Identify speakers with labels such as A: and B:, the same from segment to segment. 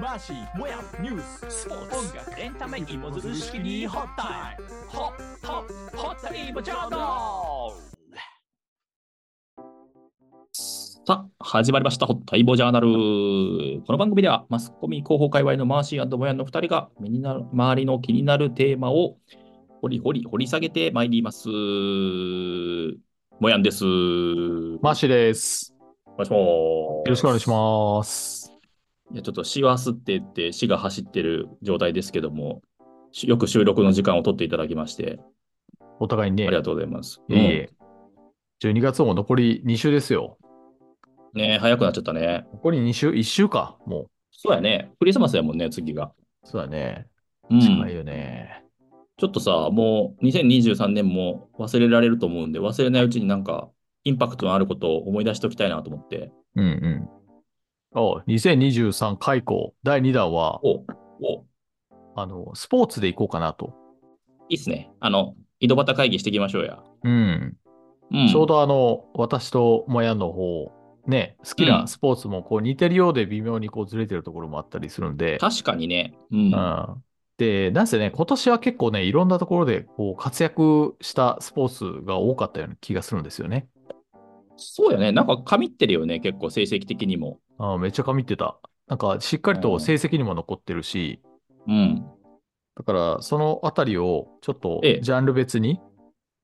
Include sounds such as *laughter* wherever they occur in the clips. A: マシもやニューススポーツ音楽エンタメ芋づる式にホッタイムホッホッホッタイムジャーナ
B: さあ、始まりました、ホットイボジャーナル。この番組では、マスコミ広報界隈のマーシーモヤンの2人が身になる、周りの気になるテーマを掘り掘り掘り下げてまいります。モヤンです。お
C: マーシーです。
B: 願いします。よ
C: よろしくお願いします。
B: す。いや、ちょっと死は吸ってって、死が走ってる状態ですけども、しよく収録の時間を取っていただきまして、
C: お互いにね。
B: ありがとうございます。
C: いえいえ12月も残り2週ですよ。
B: うんねえ早くなっちゃったね。
C: 残り2週、1週か。も
B: そうやね。クリスマスやもんね、次が。
C: う。そうだね。
B: うん
C: 近いよね。
B: ちょっとさ、もう2023年も忘れられると思うんで、忘れないうちになんか、インパクトのあることを思い出しておきたいなと思って。
C: うんうん。お2023開校第2弾は、
B: おお
C: あの、スポーツでいこうかなと。
B: いいっすね。あの、井戸端会議していきましょうや。
C: うん。
B: うん。
C: ちょうどあの、私ともやの方、ね、好き
B: うん
C: なスポーツもこう似てるようで微妙にこうずれてるところもあったりするんで、
B: 確かにね。うん。
C: うんで、なぜね、今年は結構ね、いろんなところでこう活躍したスポーツが多かったような気がするんですよね。
B: そうやね。なんか、かみってるよね。結構、成績的にも。
C: あーめっちゃ神ってた。なんか、しっかりと成績にも残ってるし、
B: うん。
C: だから、そのあたりをちょっと
B: ええ
C: ジャンル別に、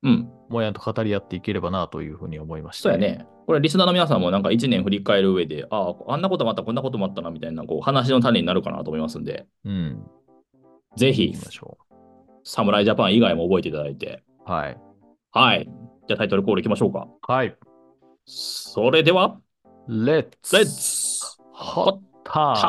B: うん。
C: もやんと語り合っていければなというふうに思いました。
B: そうや。ね。これ、リスナーの皆さんもなんか、1年振り返る上で、ああ、あんなこともあった、こんなこともあったな、みたいな、こう、話の種になるかなと思いますんで、
C: うん。
B: ぜ
C: 行
B: ひ
C: き、ましょ
B: 侍ジャパン以外も覚えていただいて。
C: う。はい。
B: はい。じゃあ、タイトルコールいきましょうか。
C: はい。
B: それでは、
C: レッツ
B: レッツ
C: ホ
B: ホ
C: ッ
B: ッ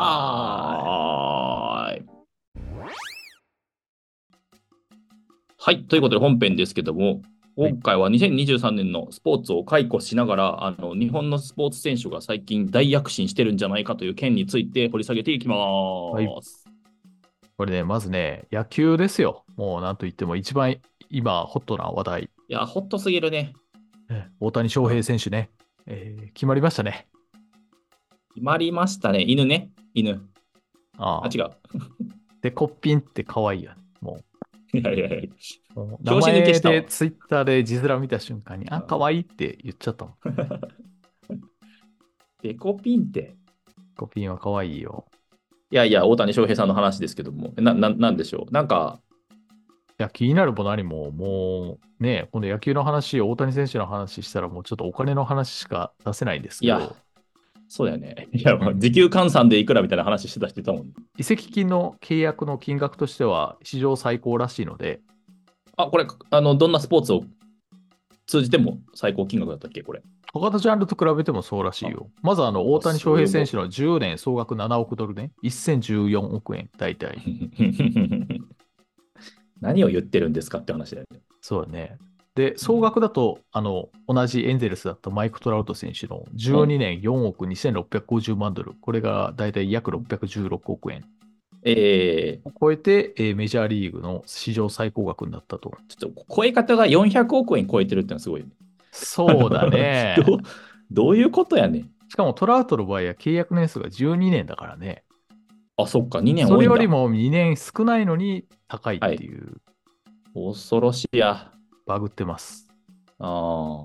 C: タ
B: タイムはい。ということで、本編ですけども、
C: はい
B: 今回は2023年のスポーツを解雇しながら、あの日本のスポーツ選手が最近大躍進してるんじゃないかという件について掘り下げていきます。
C: はいこれね、まずね、野球ですよ。もうなんといっても一番今、ホットな話題。
B: いや、ホッとすぎるね。
C: えー大谷翔平選手ね、えー決まりましたね。
B: 決まりましたね。犬ね。犬。
C: あ
B: あ、違う。
C: で、コッピンって可愛いよね。も
B: いやいやいや。
C: う、もう名
B: 拍子抜
C: 前
B: けしたわ
C: でツイッターで字面見た瞬間に、あ、可愛いって言っちゃったもん。
B: デコピンって。
C: コッピンは可愛いよ。
B: いやいや、大谷翔平さんの話ですけども、な、ななんでしょう。なんか、
C: いや、気になるも何も、もうね、この野球の話、大谷選手の話したら、もうちょっとお金の話しか出せないんです
B: い
C: け
B: や
C: ど、、
B: そうだよね。 *laughs* いや、まあ時給換算でいくらみたいな話してた人いたもん。
C: 移籍金の契約の金額としては、史上最高らしいので、
B: あ、これ、あの、どんなスポーツを通じても最高金額だったっけ、これ。 *laughs*
C: 他のジャンルと比べてもそうらしいよ。まずあの、大谷翔平選手の10年総額7億ドルね、1014億円、大体。
B: 何を言ってるんですかって話だよね。
C: そうだね。で、総額だと、あの、同じエンゼルスだったマイク・トラウト選手の12年4億2650万ドル、これがだいたい約616億円
B: え
C: を超えて、えーメジャーリーグの史上最高額になったと。
B: ー、ちょっと超え方が400億円超えてるってのはすごいよね。
C: そうだね
B: *laughs* 。どうどういうことやねん。
C: しかもトラウトの場合は契約年数が12年だからね。
B: あ、そっか、2年
C: そ
B: 多
C: れ
B: いん
C: よ
B: だ。
C: りも2年少ないのに高いっていう、
B: 恐ろしいや。
C: バグってます。
B: ああ。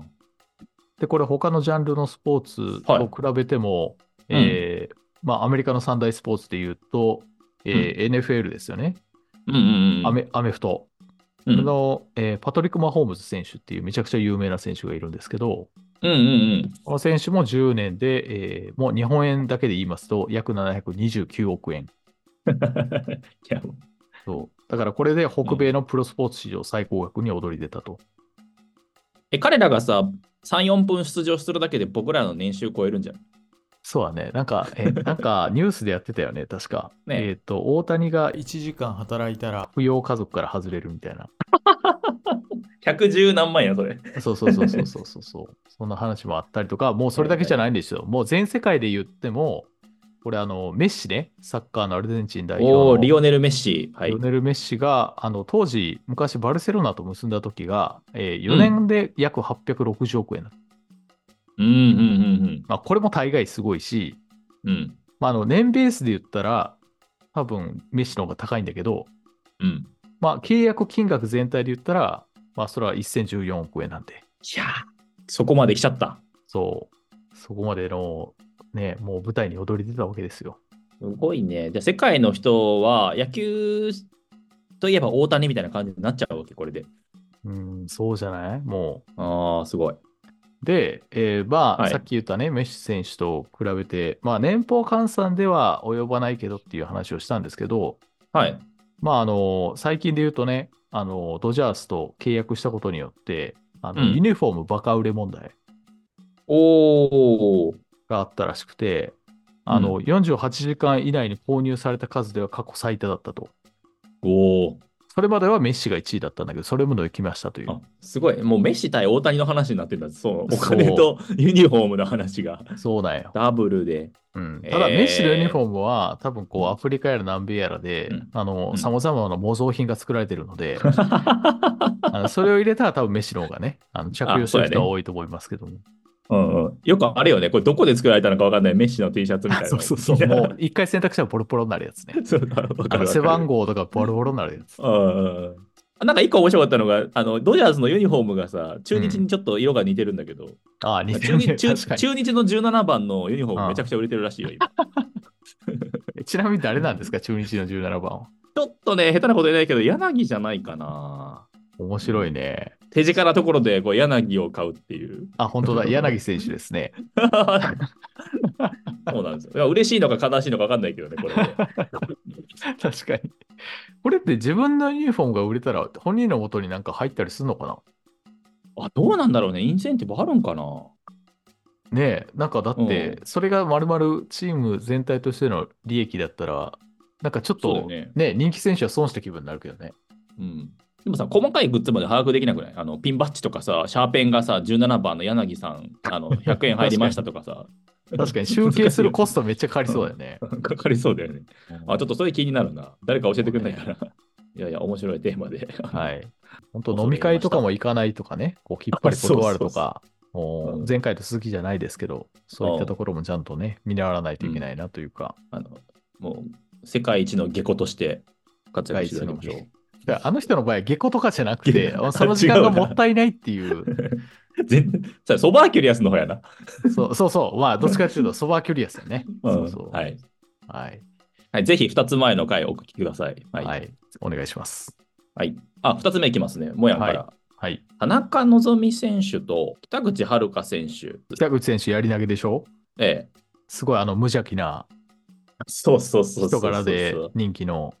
C: で、これ他のジャンルのスポーツ
B: はい
C: と比べても、
B: うん
C: えーまあ、アメリカの三大スポーツでいうと、えー NFL ですよね、
B: うんうんうん。
C: アメアメフト、
B: うん
C: の、えーパトリック・マホームズ選手っていうめちゃくちゃ有名な選手がいるんですけど、
B: うんうんうん。
C: この選手も10年で、えーもう日本円だけで言いますと、約729億円。
B: *laughs* いや、
C: そうだからこれで北米のプロスポーツ史上最高額に躍り出たと。
B: え彼らがさ、3、4分出場するだけで僕らの年収超えるんじゃん。
C: そうだね。なんか、
B: *laughs*
C: えなんかニュースでやってたよね、確か。
B: ね
C: えっ、と、大谷が1時間働いたら、扶養家族から外れるみたいな。
B: 110何万や、それ。
C: そうそうそうそうそうそう
B: *laughs*
C: そう。そんな話もあったりとか、もうそれだけじゃないんですよ。もう全世界で言っても、これ、あの、メッシね、サッカーのアルゼンチン代表
B: おお、
C: の
B: リオネル・メッシ。はい
C: リオ。ネル・メッシが、あの、当時、昔バルセロナと結んだ時が、え4年で約860億円だ、
B: うんうん
C: まあ、これも大概すごいし、
B: うんうん。うん。
C: まあ、あの年ベースで言ったら、多分メッシの方が高いんだけど、
B: うん。
C: まあ、契約金額全体で言ったら、まあ、それは1014億円なんで、
B: いやーそこまで来ちゃった。
C: そう、そこまでの、ね、もう舞台に踊り出たわけですよ。
B: すごいね。じゃあ世界の人は野球といえば大谷みたいな感じになっちゃうわけ、これで。
C: うん、そうじゃないも
B: ああ、すごい。
C: う。で、えーまあ、
B: はい
C: さっき言ったね、メッシ選手と比べて、まあ、年俸換算では及ばないけどっていう話をしたんですけど、
B: はい。
C: まあ、あの、最近で言うとね、あの、ドジャースと契約したことによって、あの
B: うん
C: ユニフォームバカ売れ問題
B: おー。
C: があったらしくて、あの、48時間以内に購入された数では過去最多だったと。
B: おー。
C: それまではメッシが1位だったんだけど、それも抜きましたという
B: あ。すごい。もうメッシ対大谷の話になってんだ。そう。お金とユニフォームの話が。
C: そうだよ。
B: ダブルで。
C: うん、
B: えー
C: ただ、メッシのユニフォームは、多分こう、アフリカやら南米やらで
B: うん、
C: あの
B: う、ん
C: さまざまな模造品が作られてるの
B: *laughs*
C: で、あのそれを入れたら多分メッシの方がね、あの着用してる人は多いと思いますけども。
B: うんうん、よくあれよね。これどこで作られたのかわかんないメッシの T シャツみたいな。
C: *laughs* そうそうそう。
B: も
C: もう、一回選択したらボロボロになるやつね。
B: *laughs* う、そうわかるわ
C: あ
B: か
C: の
B: る
C: 背番号とかボロボロになるやつ。
B: うんなんか一個面白かったのが、あのドジャースのユニフォームがさ、中日にちょっと色が似てるんだけど、
C: ああ、似て
B: 中
C: る *laughs* ね
B: 日中
C: 確か
B: 中日の17番のユニフォー
C: あ
B: ム
C: あ
B: めちゃくちゃ売れてるらしいよ、今。
C: に。ちなみに誰なんですか、中日の17番は。
B: ちょっとね、下手なこと言えないけど、柳じゃないかな。
C: 面白いね。
B: 手近なところでこう柳を買うっ
C: *laughs*
B: ていう。
C: あ、本当
B: *laughs*
C: だ、柳選手ですね。
B: そうなんですよ。いや嬉しいのか悲しいのか分かんないけどね、これは。
C: *laughs* 確かに。これって自分のユニフォームが売れたら、本人の元になんか入ったりするのかな
B: あ、どうなんだろうね。インセンティブあるんかな。
C: ねえ、なんかだって
B: う、
C: それがまるまるチーム全体としての利益だったら、なんかちょっ
B: そうだよ
C: と、
B: ね
C: ね、人気選手は損した気分になるけどね。
B: うん。でもさ、細かいグッズまで把握できなくないあのピンバッジとかさ、シャーペンがさ、17番の柳さん、
C: *laughs*
B: あの100円入りましたとかさ。
C: 確かに集計するコ
B: ス
C: ストめっちゃかかりそうだよね。
B: トかかりそうだよね。あ、ちょっとそれ気になるな。誰か教えてくれないかな。いやいや、面白いテーマで。
C: はい。本当飲み会とかも行かないとかね、こうきっぱり断るとか、も
B: う
C: うん前回と続きじゃないですけど、そういったところもちゃんとね、見習わないといけないなというか、
B: *laughs* あのもう、世界一の下戸として活躍していただきましょ
C: だからあの人の場合は下戸とかじゃなく
B: 下
C: て、
B: 戸
C: その時間がもったいないっていう、
B: う。全然、さソバーキュリアスの方やな。
C: そうそうそう、まあ、どっちかというと、ソバーキュリアスだね。
B: *laughs* うん
C: そうそう。。
B: はいい。
C: はい。
B: はい、ぜひ2つ前の回お聞きください。はい。
C: は
B: はい
C: い。お願いします。
B: あ、2つ目いきますね。もやんから。
C: はい。
B: 田中希実選手と北口榛花選手。
C: 北口選手、やり投げでしょ
B: ええ。
C: すごい、あの、無邪気な
B: そうそうそ
C: 人
B: うそうそうそ
C: 柄
B: う。
C: で人気の。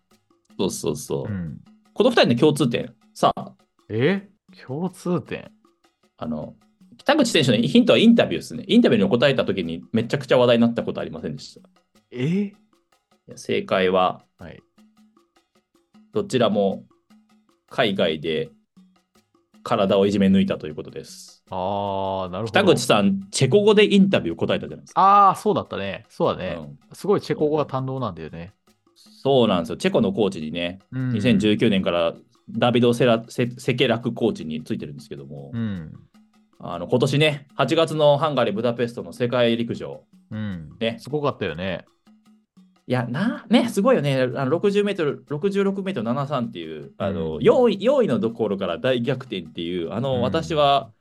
B: そうそうそうう。
C: ん。
B: この二人の共通点。さあ、
C: え共通点
B: あの、北口選手のヒントはインタビューですね。インタビューに答えたときにめちゃくちゃ話題になったことありませんでした。い
C: え
B: や正解は、
C: はい。
B: どちらも海外で体をいじめ抜いたということです。
C: ああ、なるほど。
B: 北口さん、チェコ語でインタビュー答えたじゃないですか。
C: ああ、そうだったね。そうだ
B: う
C: ね。
B: ん
C: すごいチェコ語が堪能なんだよね。
B: そうなんですよ。チェコのコーチにね、
C: うん。
B: 2019年からダビド・セラセセケラクコーチについてるんですけども、
C: うん。
B: あの今年ね、8月のハンガリー・ブダペストの世界陸上、
C: うん。
B: ね
C: すごかったよね。
B: いや、な、ね、すごいよね、あの60メートル、66メートル73っていう、あの、
C: うん
B: 4位、4位のところから大逆転っていう、あの、
C: うん
B: 私は、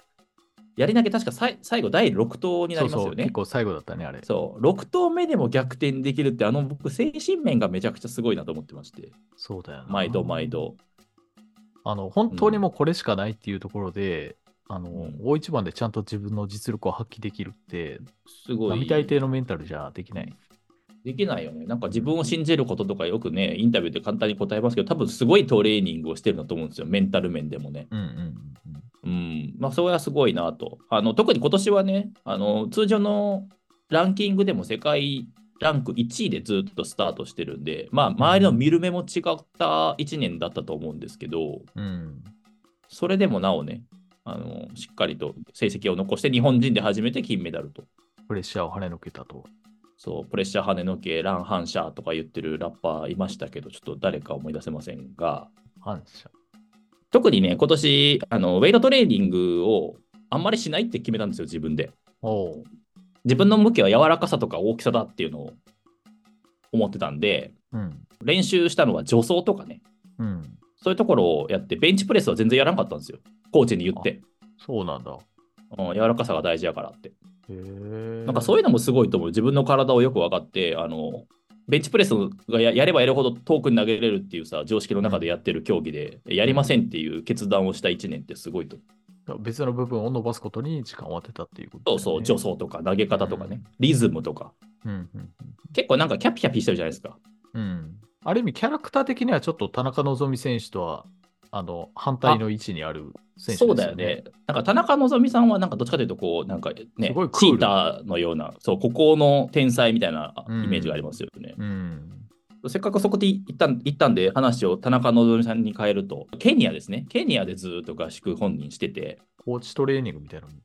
B: やり投げ、確かさい最後、第6投にな
C: そう
B: ります
C: そ
B: よ
C: う。
B: ね
C: 結。構最後だったね、あれ。
B: そう、6投目でも逆転できるって、あの、僕、精神面がめちゃくちゃすごいなと思ってまして、
C: そうだよな
B: 毎度毎度。
C: あの本当にもうこれしかないっていうところで、あの
B: うん
C: 大一番でちゃんと自分の実力を発揮できるって、
B: すごい。
C: 並大抵のメンタルじゃできない。
B: できないよね。なんか自分を信じることとかよくね、インタビューで簡単に答えますけど、多分すごいトレーニングをしてるんだと思うんですよ、メンタル面でもね。
C: うんうんうん
B: うん。まあ、それはすごいなと。あの特に今年はねあの、通常のランキングでも世界ランク1位でずっとスタートしてるんで、まあ、周りの見る目も違った1年だったと思うんですけど、
C: うんうん
B: それでもなおね、あのしっかりと成績を残して、日本人で初めて金メダルと。
C: プレッシャーを跳ねのけたと。
B: そう、プレッシャー跳ねのけ、ラン反射とか言ってるラッパーいましたけど、ちょっと誰か思い出せませんが、
C: 反射。
B: 特にね、今年、あのウェイトトレーニングをあんまりしないって決めたんですよ、自分で。
C: おう
B: 自分の向きは柔らかさとか大きさだっていうのを思ってたんで、
C: うん。
B: 練習したのは助走とかね、
C: うん。
B: そういうところをやって、ベンチプレスは全然やらなかったんですよ。コーチに言って、
C: そうなんだ。
B: うん、柔らかさが大事やからって。
C: へえ。
B: なんかそういうのもすごいと思う。自分の体をよく分かって、あのベンチプレスがややればやるほど遠くに投げれるっていうさ、常識の中でやってる競技で、やりませんっていう決断をした1年ってすごいと思う。
C: 別の部分を伸ばすことに時間を当てたっていうこと、
B: そうそう、助。走とか投げ方とかね、リズムとか。
C: うんうん
B: 結構なんかキャピキャピしてるじゃないですか。
C: うん。うん。ある意味、キャラクター的にはちょっと田中希実選手とは、あの、反対の位置にある選手
B: そ
C: ですよね。
B: うだよね。。なんか田中希実さんはなんかどっちかというとこうなんかね
C: すごいクー
B: チ
C: ル
B: ーターのようなそう孤高の天才みたいな
C: うん
B: イメージがありますよね。
C: うん。
B: せっかくそこで行ったん行ったんで話を田中希実さんに変えるとケニアですね。ケニアでずっと合宿本人してて。
C: コーチトレーニングみたいなのも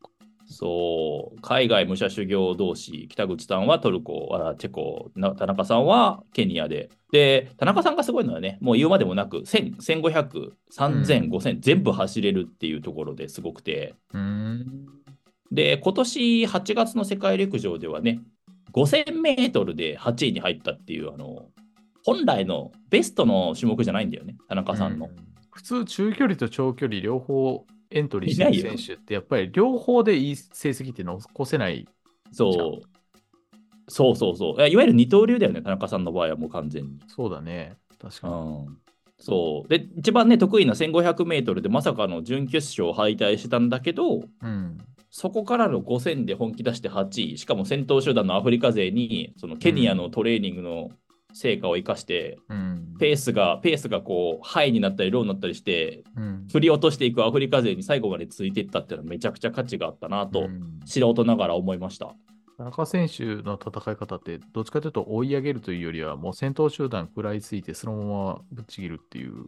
B: そう海外武者修行同士北口さんはトルコあチェコな田中さんはケニアでで田中さんがすごいのはねもう言うまでもなく1000 1500、3000、
C: うん
B: 5000全部走れるっていうところですごくて
C: うん。
B: で今年8月の世界陸上ではね5000メートルで8位に入ったっていうあの本来のベストの種目じゃないんだよね田中さんの、
C: う普通、中距離と長距離両方エントリーして
B: いない
C: る
B: よ
C: 選手って、やっぱり両方でいい成績って残せない。じゃ
B: そうそうそうそういわゆる二刀流だよね田中さんの場合はもう完全に。
C: そうだね。確かに。
B: うんそうで一番ね得意な 1500m でまさかの準決勝敗退したんだけど
C: うん。
B: そこからの5000で本気出して8位しかも先頭集団のアフリカ勢にそのケニアのトレーニングの成果を生かして、
C: うん。
B: ペースがペースがこうハイになったりローになったりして
C: うん
B: 振り落としていくアフリカ勢に最後までついていったっていうのはめちゃくちゃ価値があったな
C: う
B: と、
C: ん
B: 素人ながら思いました。
C: 田中選手の戦い方って、どっちかというと追い上げるというよりは、もう先頭集団食らいついて、そのままぶっちぎるっていう、ね、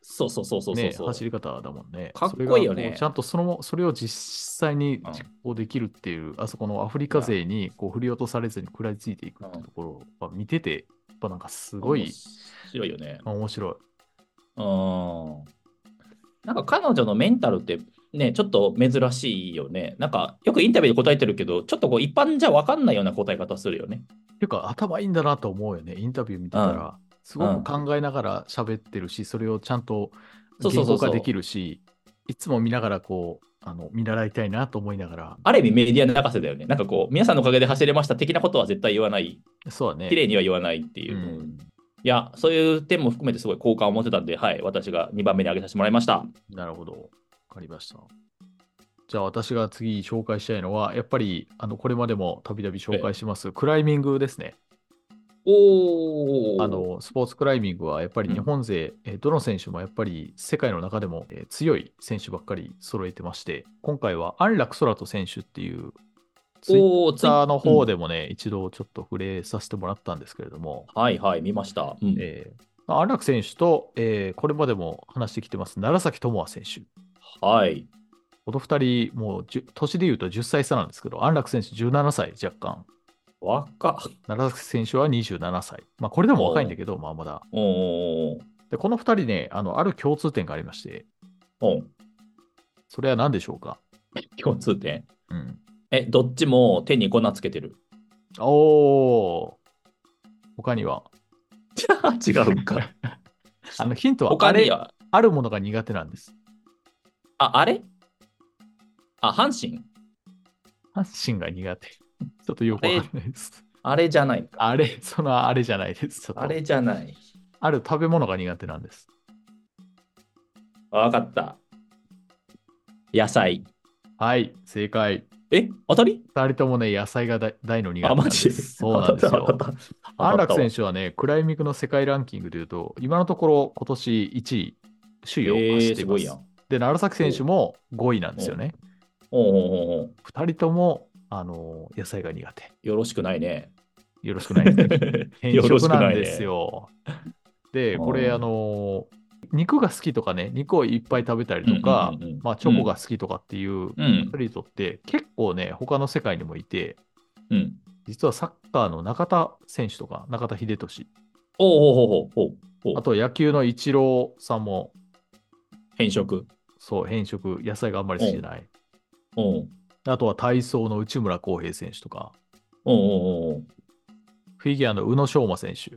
B: そうそうそうそうそうそう、
C: 走り方だもんね。
B: かっこいいよね
C: それがこうちゃんとそのそれを実際に実行できるっていう、あそこのアフリカ勢にこう振り落とされずに食らいついていくってところは見てて、やっぱなんかすごい
B: 面白いよね。
C: 面白い。
B: うんなんか彼女のメンタルってね、ちょっと珍しいよね。なんかよくインタビューで答えてるけど、ちょっとこう一般じゃ分かんないような答え方するよね。
C: ていうか、頭いいんだなと思うよね、インタビュー見てたら。すごく考えながら喋ってるし、それをちゃんと
B: そう
C: 言
B: そうそ
C: 語
B: うそう
C: 化できるし、いつも見ながらこう、あの見習いたいなと思いながら、
B: ある意味メディア泣かせだよね。なんかこう、皆さんのおかげで走れました的なことは絶対言わない。
C: そうだね。
B: 綺麗には言わないっていうう。い
C: ん。
B: や、そういう点も含めてすごい好感を持ってたんで、はい、私が2番目に挙げさせてもらいました。
C: なるほど。わかりました。じゃあ私が次紹介したいのは、やっぱりあのこれまでもたびたび紹介します、クライミングですね。
B: おー。
C: あ、のスポーツクライミングはやっぱり日本勢、えーどの選手もやっぱり世界の中でも、えー強い選手ばっかり揃えてまして、今回は安楽空人選手っていう、ツイッ
B: おー、ツ
C: ターの方
B: で、
C: でもね、一度ちょっと触れさせてもらったんですけれども、
B: はいはい、見ました。うん
C: えー安楽選手と、えーこれまでも話してきてます、楢崎智亜選手。
B: はい。
C: この2人、もう10年でいうと10歳差なんですけど、安楽選手17歳若干、
B: 若っ。
C: 楢崎選手は27歳。まあ、これでも若いんだけど、まあまだ。
B: おー。
C: で、この2人ね、あのある共通点がありまして、
B: おん。
C: それは何でしょうか、
B: 共通点。
C: うん、
B: え、どっちも手に粉つけてる。
C: おー他に
B: *laughs*
C: は、
B: *laughs* 違うんか。
C: あのヒントは
B: *laughs* 他
C: あ
B: に
C: れ、
B: は、
C: あるものが苦手なんです。
B: あ、あれあ、阪神
C: 阪神が苦手。ち *laughs* ょっとよくわかんないです。
B: あれじゃないか。
C: あれ、 *laughs* そのあれじゃないです。ちょっと
B: あれじゃない。
C: ある食べ物が苦手なんです。
B: わかった。野菜。
C: はい、正解。
B: え、当たり
C: 2人ともね、野菜がだ大の苦手な
B: あ、
C: ん
B: マ
C: で
B: ジ
C: す。そうなんです
B: 当たっ *laughs*
C: よ
B: た。当たった
C: 安
B: 当た
C: 楽
B: ったわ
C: 選手はね、クライミングの世界ランキングでいうと、今のところ今年1位、首位を走っ
B: えー、
C: て
B: す
C: いま
B: ごい
C: す。
B: やん。
C: で、楢崎選手も5位なんですよね。
B: おうおうおうおう
C: 2人とも、あのー野菜が苦手。
B: よろしくないね。
C: よろしくないです
B: *laughs*
C: ね。偏
B: よろし
C: 食
B: くな
C: なん
B: いね
C: ですよ。で、
B: うん
C: これ、あのー肉が好きとかね、肉をいっぱい食べたりとか、
B: うんうんうんうん
C: まあ、チョコが好きとかっていう
B: う
C: ア
B: ん
C: ス。リートって結構ね、他の世界にもいて、
B: うん。
C: 実はサッカーの中田選手とか、中田英寿、
B: おうおうおうおうおうお
C: あ
B: う。
C: と野球のイチローさんも、
B: 変色。
C: そう、偏食、野菜があんまり好きじゃない。
B: おう
C: あとは体操の内村航平選手とか、
B: おうおうおうおう
C: フィギュアの宇野昌磨選手、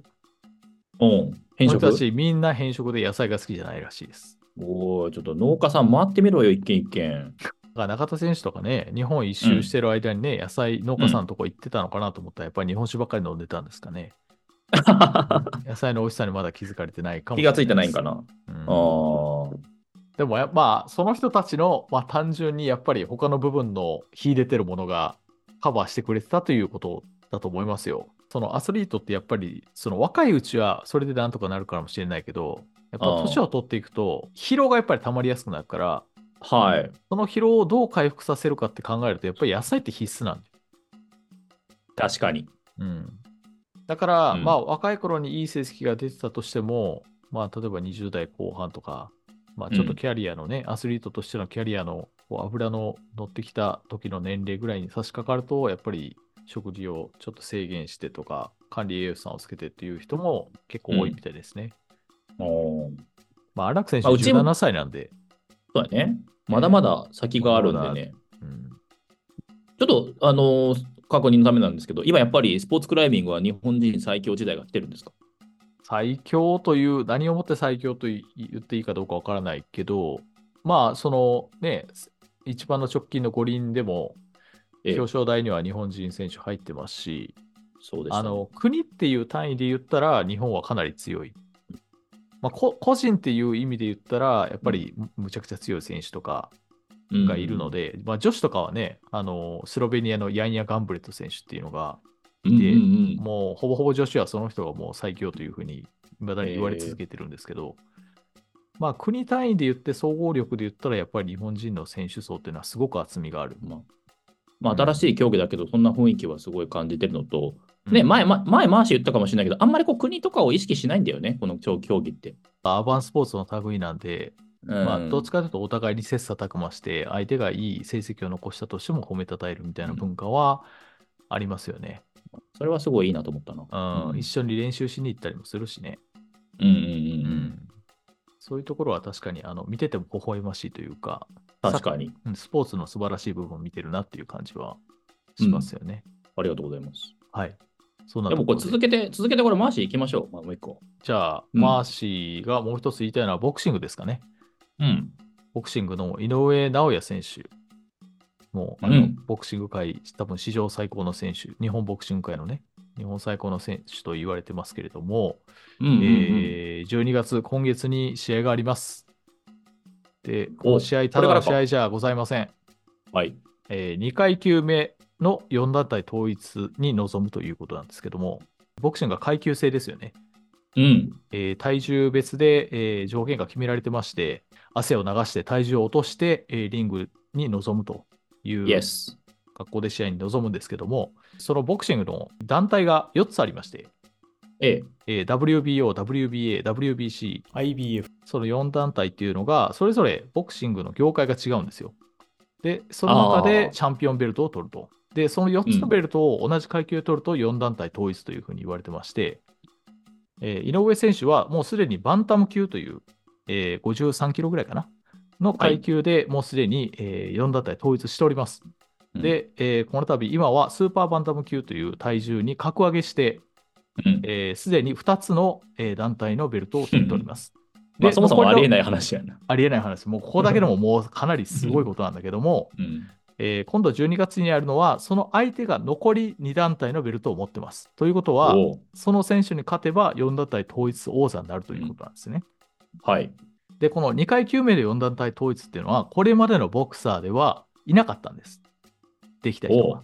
B: うん。変
C: 俺た
B: 色。
C: ちみんな変色で野菜が好きじゃないらしいです。
B: おお、ちょっと農家さん回ってみろよ、一軒一軒。
C: だから中田選手とかね、日本一周してる間にね、野菜農家さんのとこ行ってたのかなと思ったら、やっぱり日本酒ばっかり飲んでたんですか
B: *laughs*
C: ね。野菜の美味しさにまだ気づかれてないかもしれ
B: 気
C: な
B: が
C: い
B: ついてないん
C: で
B: かな。
C: す。うん
B: ああ。
C: でもやまあ、その人たちの、まあ、単純にやっぱり他の部分の秀でてるものがカバーしてくれてたということだと思いますよ。そのアスリートってやっぱり、その若いうちはそれでなんとかなるかもしれないけど、やっぱ年を取っていくと疲労がやっぱり溜まりやすくなるから、
B: はい。
C: その疲労をどう回復させるかって考えると、やっぱり野菜って必須なんだよ
B: 確かに。
C: うん、だから、
B: うん
C: まあ若い頃にいい成績が出てたとしても、まあ例えば20代後半とか、まあちょっ
B: う
C: と
B: ん
C: キャリアのね、アスリートとしてのキャリアのこう油の乗ってきた時の年齢ぐらいに差し掛かると、やっぱり食事をちょっと制限してとか、管理栄養士さんをつけてっていう人も結構多いみたいですね。
B: おー
C: まあ荒木選手
B: まあうちも
C: 17歳なんで、
B: そうだね。まだまだ先があるんでね。
C: うん、
B: ちょっと、あのー確認のためなんですけど、今やっぱりスポーツクライミングは日本人最強時代が来てるんですか
C: 最強という、何をもって最強とい言っていいかどうかわからないけど、まあ、そのね、一番の直近の五輪でも、
B: ええ
C: 表彰台には日本人選手入ってますし、
B: そうです、ね。
C: あの国っていう単位で言ったら、日本はかなり強い。まあ、こ個人っていう意味で言ったら、やっぱりむむちゃくちゃ強い選手とか
B: うん
C: がいるの、で、まあ、女子とかはねあの、スロベニアのヤンヤ・ガンブレット選手っていうのが、
B: うんうんうん
C: もうほぼほぼ女子はその人がもう最強というふうに、いまだに言われ続けてるんですけど、まあ国単位で言って、総合力で言ったら、やっぱり日本人の選手層っていうのはすごく厚みがある。
B: まあまあ、新しい競技だけど、そんな雰囲気はすごい感じてるのと、
C: うん
B: ね、前、ま前、マーシー言ったかもしれないけど、あんまりこう国とかを意識しないんだよね、この競競技って。
C: アーバンスポーツの類なんで、
B: うん
C: まあ、どっちかというとお互いに切磋琢磨して、相手がいい成績を残したとしても褒めたたえるみたいな文化はありますよね。
B: それはすごいいいなと思ったな。
C: うん
B: うん
C: 一緒に練習しに行ったりもするしね。
B: うんうんうん
C: そういうところは確かにあの見てても微笑ましいというか、
B: うん。確かに。
C: うんスポーツの素晴らしい部分を見てるなっていう感じはしますよね。
B: ありがとうございます。
C: はい。そんな
B: で
C: と
B: も
C: ころ
B: これ
C: で
B: 続けて、続けてこれマーシー行きましょう。まあ、もう一個。
C: じゃあ、
B: うん
C: マーシーがもう一つ言いたいのはボクシングですかね。
B: うん。
C: ボクシングの井上尚弥選手。もう、あの
B: うん
C: ボクシング界、多分史上最高の選手、日本ボクシング界のね、日本最高の選手と言われてますけれども、
B: うんうんうん
C: えー12月、今月に試合があります。で、この試合、ただ
B: これか
C: の
B: らか
C: 試合じゃございません。
B: はい。
C: え2階級目の4団体統一に臨むということなんですけども、ボクシングが階級制ですよね。
B: うん。
C: えー体重別で、えー条件が決められてまして、汗を流して体重を落として、えーリングに臨むという
B: イエス。
C: 格好で試合に臨むんですけども、そのボクシングの団体が4つありまして、
B: ええ。
C: えー WBO、WBA、WBC、
D: IBF
C: その4団体っていうのが、それぞれボクシングの業界が違うんですよ。で、その中で
B: あー
C: チャンピオンベルトを取ると。で、その4つのベルトを同じ階級で取ると4団体統一というふうに言われてまして、えー井上選手はもうすでにバンタム級という、えー53キロぐらいかな、の階級でもうすでに、え4団体統一しております。
B: うん
C: で、えーこの度今はスーパーバンタム級という体重に格上げして、
B: うん
C: えーすでに2つの、えー団体のベルトを取っております。
B: まあ、
C: で
B: そもそもあ
C: 残
B: りえ
C: りの
B: ない話やな。
C: ありえない話、もうここだけでももうかなりすごいことなんだけども、 *laughs*
B: うん。
C: えー今度12月にやるのは、その相手が残り2団体のベルトを持ってます。ということは、
B: おう
C: その選手に勝てば4団体統一王座になるということなんですね。
B: はい。
C: で、この2階級目で4団体統一っていうのは、これまでのボクサーではいなかったんです。できた人
B: お
C: が
B: う。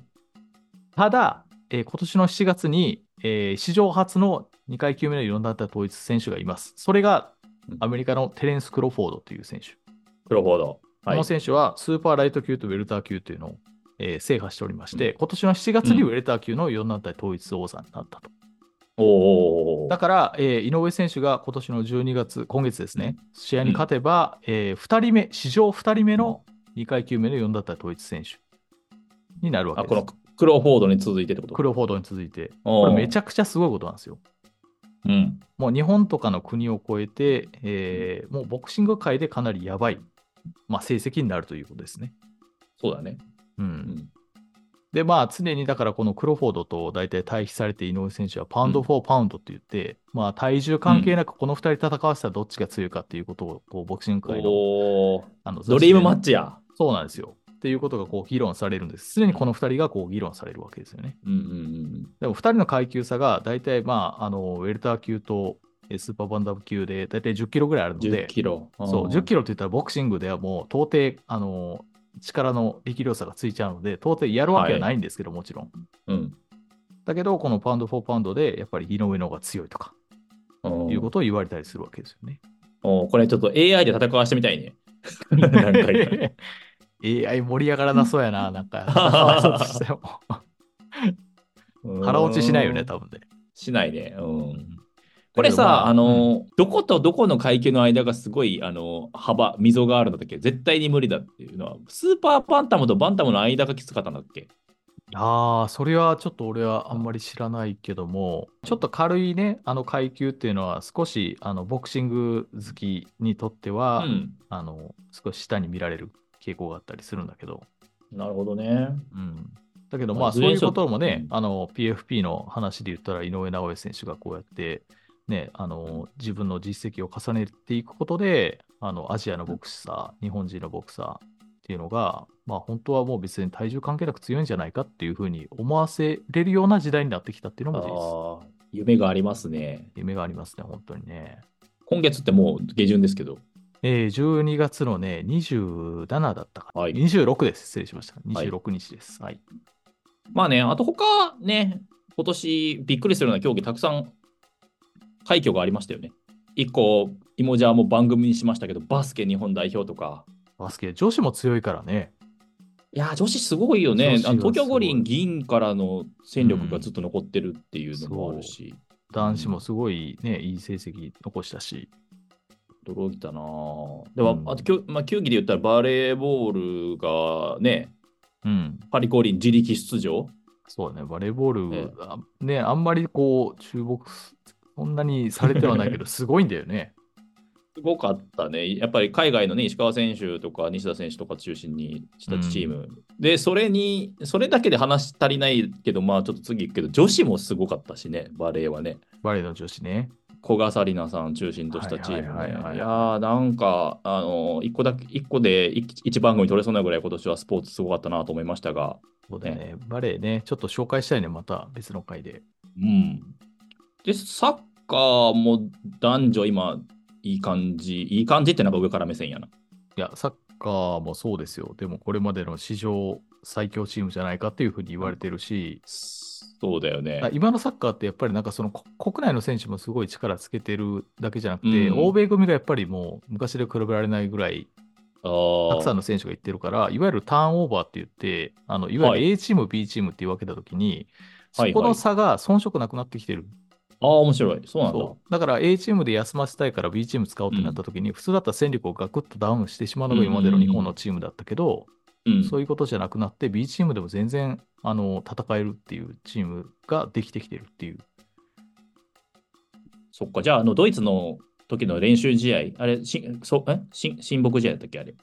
C: ただ、えー今年の7月に、えー史上初の2階級目の4団体統一選手がいます。それが
B: うん
C: アメリカのテレンス・クロフォードという選手。
B: クロフォード。は
C: こ
B: い
C: の。選手はスーパーライト級とウェルター級というのを、えー制覇しておりまして、今年の7月にウェルター級の4団体統一王座になったと。
B: おうおうおうおう
C: だから、えー井上選手が今年の12月、今月ですね、試合に勝てば、え2人目、史上2人目の2階級目の4団体統一選手になるわ
B: あ、
C: け
B: こ
C: です
B: の。クロフォードに続いてってこと
C: クロフォードに続いて、こ
B: こ
C: れめち
B: ゃ。
C: ゃくちゃすごいことなんですよ。
B: うん。
C: もう日本とかの国を越えて、えーもうボクシング界でかなりやばい、まあ、成績になるということですね。
B: そうだね。
C: う
B: うんん。
C: で、まあ、常にだからこのクロフォードと大体対比されて井上選手はパウンド・フォー・パウンドって言って、まあ、体重関係なくこの2人戦わせたらどっちが強いかっていうことを、こうボクシング界の
B: おー
C: あの
B: ドリームマッ
C: チ
B: チや。
C: そうなんですよ。っていうことがこう議論されるんです。常にこの2人がこう議論されるわけですよね。
B: うんうんうん
C: でも2人の階級差が大体、まあ、あのウェルター級とえースーパーバンダム級で大体10キロぐらいある
B: うん。
C: の
B: 10
C: で、
B: キロ。
C: そう
B: あー
C: 10キロって言ったらボクシングではもう到底あの力の力量差がついちゃうので、到底やるわけはないんですけど、もちろん。
B: うん。
C: だけど、このパウンド・フォー・パウンドでやっぱり井上の方が強いとか
B: おー
C: いうことを言われたりするわけですよね。
B: おーこれちょっと AI で戦わしてみたいね。
C: *laughs*
B: なんか
C: AI 盛り上がらなそうや
B: *laughs*
C: な、なんか。そうとしても腹落ちしないよね、
B: うん
C: 多分ね。
B: しないね。うん。これさ、あ、
C: うん
B: の、どことどこの階級の間がすごい、あの、幅、溝があるんだっけ絶対に無理だっていうのは、スーパーバンタムとバンタムの間がきつかったんだっけ
C: ああ、それはちょっと俺はあんまり知らないけども、ちょっと軽いね、あの階級っていうのは少しあのボクシング好きにとって
B: う
C: は、
B: ん。
C: あの少し下に見られる傾向があったりするんだけど、
B: なるほどね。
C: うん、だけど
B: ま
C: まあ
B: あい
C: そ
B: ず
C: う
B: れ
C: い
B: に
C: う
B: しろ
C: こともね、
B: う
C: あの PFP の話で言ったら井上尚弥選手がこうやって、ね、あの自分の実績を重ねていくことであのアジアのボクサー、日本人のボクサーっていうのが、まあ、本当はもう別に体重関係なく強いんじゃないかっていうふうに思わせれるような時代になってきたっていうのも
B: あ
C: 事
B: あ、夢がありますね。
C: 実夢がありますね、本当にね。
B: 今月ってもう下旬ですけど。
C: えー、12月のね、27だったかな、
B: はい
C: 26です、失礼しました。
B: はい
C: 26日です。はい
B: まあね、あと他ね、今年びっくりするような競技たくさん快挙がありましたよね。一個、イモジャーも番組にしましたけど、バスケ日本代表とか。
C: バスケ、女子も強いからね。
B: いやー、女子すごいよね
C: 女。子は
B: あの東京五
C: すご
B: 輪
C: い
B: 銀からの戦力がずっと残ってるっていうのもあるし、
C: 男子もすごいね、いい成績残したし、
B: 驚いたなぁ。でも、
C: うん
B: あときょ、まあ、球技で言ったらバレーボールがね、
C: うん、
B: パリ五輪自力出場。
C: そうだね、バレーボール、
B: ええ
C: あね、あんまりこう、注目す、そんなにされてはない
B: *laughs*
C: けど、すごいんだよね。
B: すごかったね。やっぱり海外のね、石川選手とか西田選手とか中心にしたチーム。で、それに、それだけで話足りないけど、まあちょっと次行くけど、女子もすごかったしね、バレーはね。
C: バレーの女子ね。
B: 古賀紗理那さん中心としたチーム
C: はいはいはいは
B: ね。
C: い
B: いやー、なんか、あの、一個だけ、一個で一一番組取れそうなぐらい今年はスポーツすごかったなと思いましたが、
C: そうだよね、バレーね、ちょっと紹介したいね、また別の回で。
B: うん。で、サッカーも男女今、いい感じ、いい感じってなんか上から目線やな。
C: いや、サッカーもそうですよ。でも、これまでの史上最強チームじゃないかっていうふうに言われてるし、
B: そうだよね。
C: あ今のサッカーってやっぱりなんかそのこ国内の選手もすごい力つけてるだけじゃなくて、
B: うん
C: 欧米組がやっぱりもう昔で比べられないぐらい
B: あ
C: たくさん
B: ー
C: の選手が行ってるから、いわゆるターンオーバーって言って、あのいわゆ
B: は
C: る A チーム、B チームっていうわけだときに、
B: はいはい
C: そこの差が遜色なくなってきてる。
B: あー、面白い。そうなんだ。
C: そうだから A チームで休ませたいから B チーム使おうってなったときに、普通だったら戦力をガクッとダウンしてしまうのが今までの日本のチームだったけど、
B: うん、
C: そういうことじゃなくなって、B チームでも全然あの戦えるっていうチームができてきてるっていう。
B: そっか。じゃあ、あの、ドイツの時の練習試合、あれ、しそえし親睦試合だったっけあれ。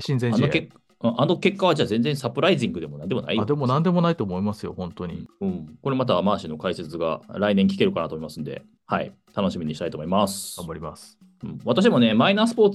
C: 親善
B: あ
C: 試合
B: の結あの結果はじゃあ全然サプライズングでもなんでもないよ
C: あでもなんでもないと思いますよ、本当に。
B: うん、これまたマーシーの解説が来年聞けるかなと思いますんで、はい、楽しみにしたいと思います
C: 頑。張ります。
B: うん私もね、マイナースポー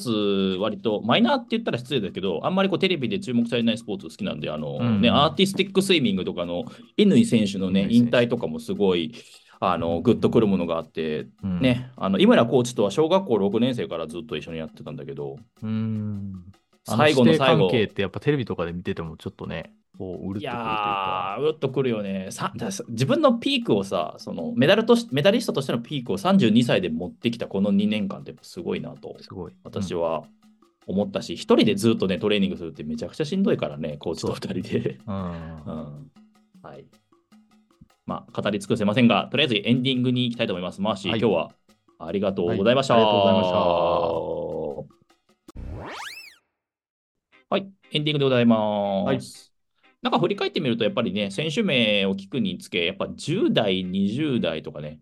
B: ツ、割と、マイナーって言ったら失礼だけど、あんまりこうテレビで注目されないスポーツ好きなんで、あの
C: うん
B: ね、アーティスティックスイミングとかの乾選手のね、
C: 乾選
B: 引
C: 手
B: 退とかもすごい、あのグッとくるものがあって、
C: うん、。
B: ね、あの井村コーチとは小学校6年生からずっと一緒にやってたんだけど、
C: うん。
B: 最後の最後
C: 指定関係ってやっぱテレビとかで見ててもちょっとね、こう、うるっとくるという
B: い
C: か
B: や。ー、うっとくるよね。さださ自分のピークをさ、そのメダルとしメダリストとしてのピークを32歳で持ってきたこの2年間ってすごいなと
C: すごい。
B: 私
C: は。
B: は思ったし、一人でずっとね、トレーニングするってめちゃくちゃしんどいからね、コーチと
C: そう
B: 2人で。
C: うん。
B: うんはい。まあ、語り尽くせませんが、とりあえずエンディングに行きたいと思います。マーシー、
C: はい
B: 今日はありがとうございました。
C: はいありがとうござい
B: はい、エンディングでございます。
C: はい
B: なんか振り返ってみると、やっぱりね、選手名を聞くにつけ、やっぱ10代、20代とかね、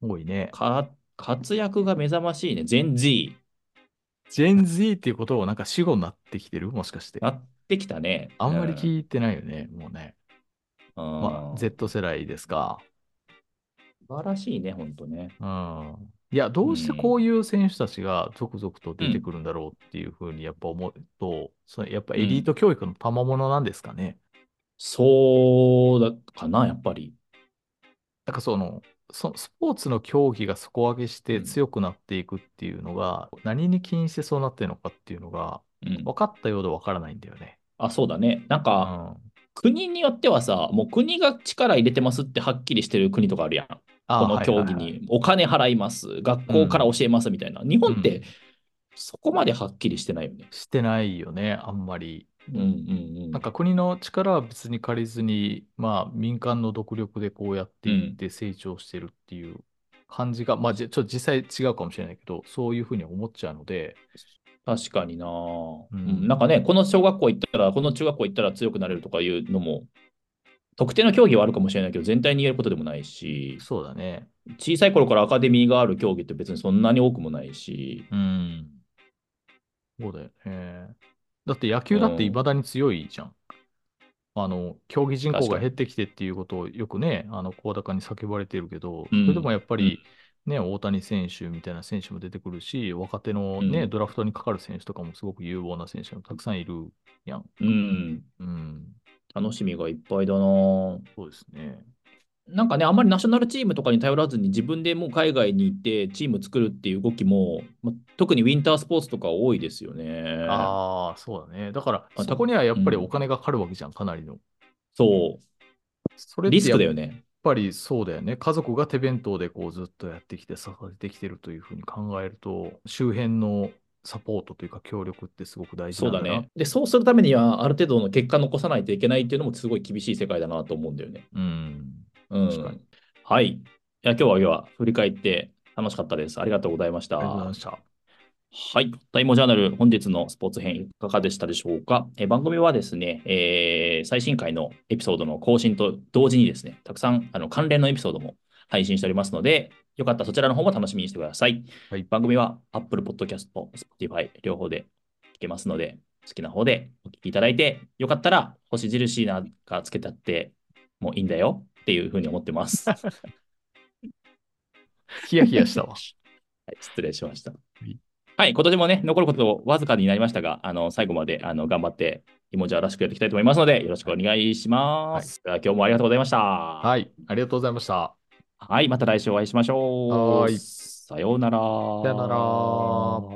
C: 多いね。
B: か活躍が目覚ましいね、全 Z
C: ジェン Z っていうことをなんか死語になってきてるもしかして。
B: なってきたね。
C: あんまり
B: うん
C: 聞いてないよね、もうね。ま
B: ま
C: あ、Z 世代ですか。
B: 素晴らしいね、本当ね。
C: うん。いや、どうしてこういう選手たちが続々と出てくるんだろうっていうふうにやっぱ思うと、それやっぱエリート教育の賜物なんですかね。
B: そうだかな、やっぱり。
C: なんかその、そスポーツの競技が底上げして強くなっていくっていうのが、何に起因してそうなってるのかっていうのが、
B: うん
C: 分かったようで分からないんだよね。
B: あ、そうだね。なん
C: う
B: か、
C: ん
B: 国によってはさ、もう国が力入れてますってはっきりしてる国とかあるやん。
C: あ
B: この競技にお金払います、学校から教えますみたいな。日本っ
C: うん
B: てそこまではっきりしてないよね。
C: してないよね、あんまり。
B: うんうんうん。
C: なんか国の力は別に借りずに、まあ民間の独力でこうやっていって成長してるっていう感じが、まあじちょっと実際違うかもしれないけど、そういうふうに思っちゃうので、
B: 確かにな、
C: う
B: うんん。なんかね、この小学校行ったら、この中学校行ったら強くなれるとかいうのも、特定の競技はあるかもしれないけど、全体に言えることでもないし、
C: そうだね。
B: 小さい頃からアカデミーがある競技って別にそんなに多くもないし、
C: うん。そうだよね。だって野球だっていまだに強いじゃん。あの、競技人口
B: 確か
C: が
B: に
C: 減ってきてっていうことをよくね、あの、声高に叫ばれてるけど、
B: うん
C: それでもやっぱり、ね、大谷選手みたいな選手も出てくるし、若手のね、
B: うん
C: ドラフトにかかる選手とかもすごく有望な選手もたくさんいるやん。
B: うん、
C: うん、
B: 楽しみがいっぱいだな。
C: そうですね。
B: なんかね、あんまりナショナルチームとかに頼らずに自分でもう海外に行ってチーム作るっていう動きも、ま特にウィンタースポーツとか多いですよね。
C: ああ、そうだね。だから、
B: あ
C: そこにはやっぱり
B: うん
C: お金がかかるわけじゃん、かなりの。
B: そ、
C: そうれっ
B: リ
C: て
B: ス
C: や
B: ク
C: っ
B: だよね。
C: やっぱりそうだよね。家族が手弁当でこうずっとやってきて支えてきてるというふうに考えると、周辺のサポートというか協力ってすごく大事
B: そ
C: な
B: うん
C: だ
B: だ
C: な。
B: ね。で、そうするためには、ある程度の結果残さないといけないっていうのもすごい厳しい世界だなと思うんだよね。
C: うん。
B: うん。
C: 確かに
B: はい。いや、今日は今日は振り返って楽しかったです。ありがとうございまし
C: あ
B: た。
C: りがとうございました。
B: はい。タイモジャーナル、本日のスポーツ編いかがでしたでしょうか。えー番組はですね、えー最新回のエピソードの更新と同時にですね、たくさんあの関連のエピソードも配信しておりますので、よかったらそちらの方も楽しみにしてください。
C: はい
B: 番組は Apple Podcast、Spotify 両方で聞けますので、好きな方でお聞きいただいて、よかったら星印なんかつけたってもいいんだよっていうふうに思ってます。はい
C: ヒヤヒヤしたわ。
B: 失礼しました
C: い。
B: はい、今年もね、残ることわずかになりましたが、あの最後まであの頑張って、イモジャーらしくやっていきたいと思いますので、よろしくお願いします。では今日もありがとうございました。は
C: はい。ありがとうございました。
B: い、また来週お会いしましょう。
C: はーい
B: さようなら。さ
C: ようなら。